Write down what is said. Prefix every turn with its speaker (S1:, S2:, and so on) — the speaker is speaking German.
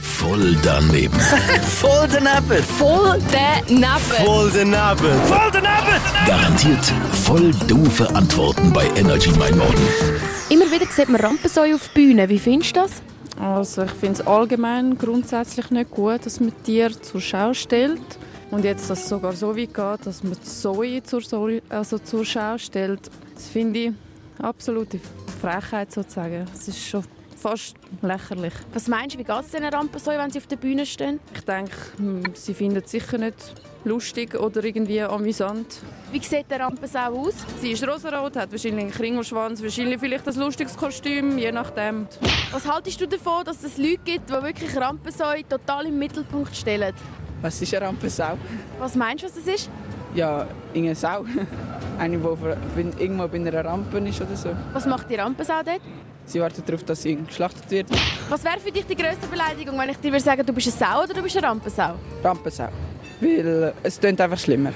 S1: Voll daneben.
S2: Voll Apple.
S3: Voll daneben.
S2: Voll Apple. Voll Apple.
S1: Garantiert voll doofe Antworten bei Energy Mein Morgen.
S3: Immer wieder sieht man Rampensäue auf Bühnen. Wie findest du das?
S4: Also ich finde es allgemein grundsätzlich nicht gut, dass man Tiere zur Schau stellt. Und jetzt, dass es sogar so weit geht, dass man Zoe zur, Soli- also zur Schau stellt, das finde ich absolute Frechheit sozusagen. Es ist schon fast lächerlich.
S3: Was meinst du, wie geht es diesen Rampensäuen, wenn sie auf der Bühne stehen?
S4: Ich denke, hm, sie finden es sicher nicht lustig oder irgendwie amüsant.
S3: Wie sieht der Rampensau aus?
S4: Sie ist rosarot, hat wahrscheinlich einen Kringelschwanz, wahrscheinlich vielleicht ein lustiges Kostüm, je nachdem.
S3: Was haltest du davon, dass es Leute gibt, die wirklich Rampensäue total im Mittelpunkt stellen?
S5: Was ist eine Rampensau?
S3: Was meinst du, was das ist?
S5: Ja, irgendeine Sau. Eine, die auf einer- bin- irgendwo bei einer Rampe ist oder so.
S3: Was macht die Rampensau dort?
S5: Sie wartet darauf, dass sie geschlachtet wird.
S3: Was wäre für dich die grösste Beleidigung, wenn ich dir würde sagen, du bist eine Sau oder du bist eine Rampensau?
S5: Rampensau. Weil es klingt einfach schlimmer.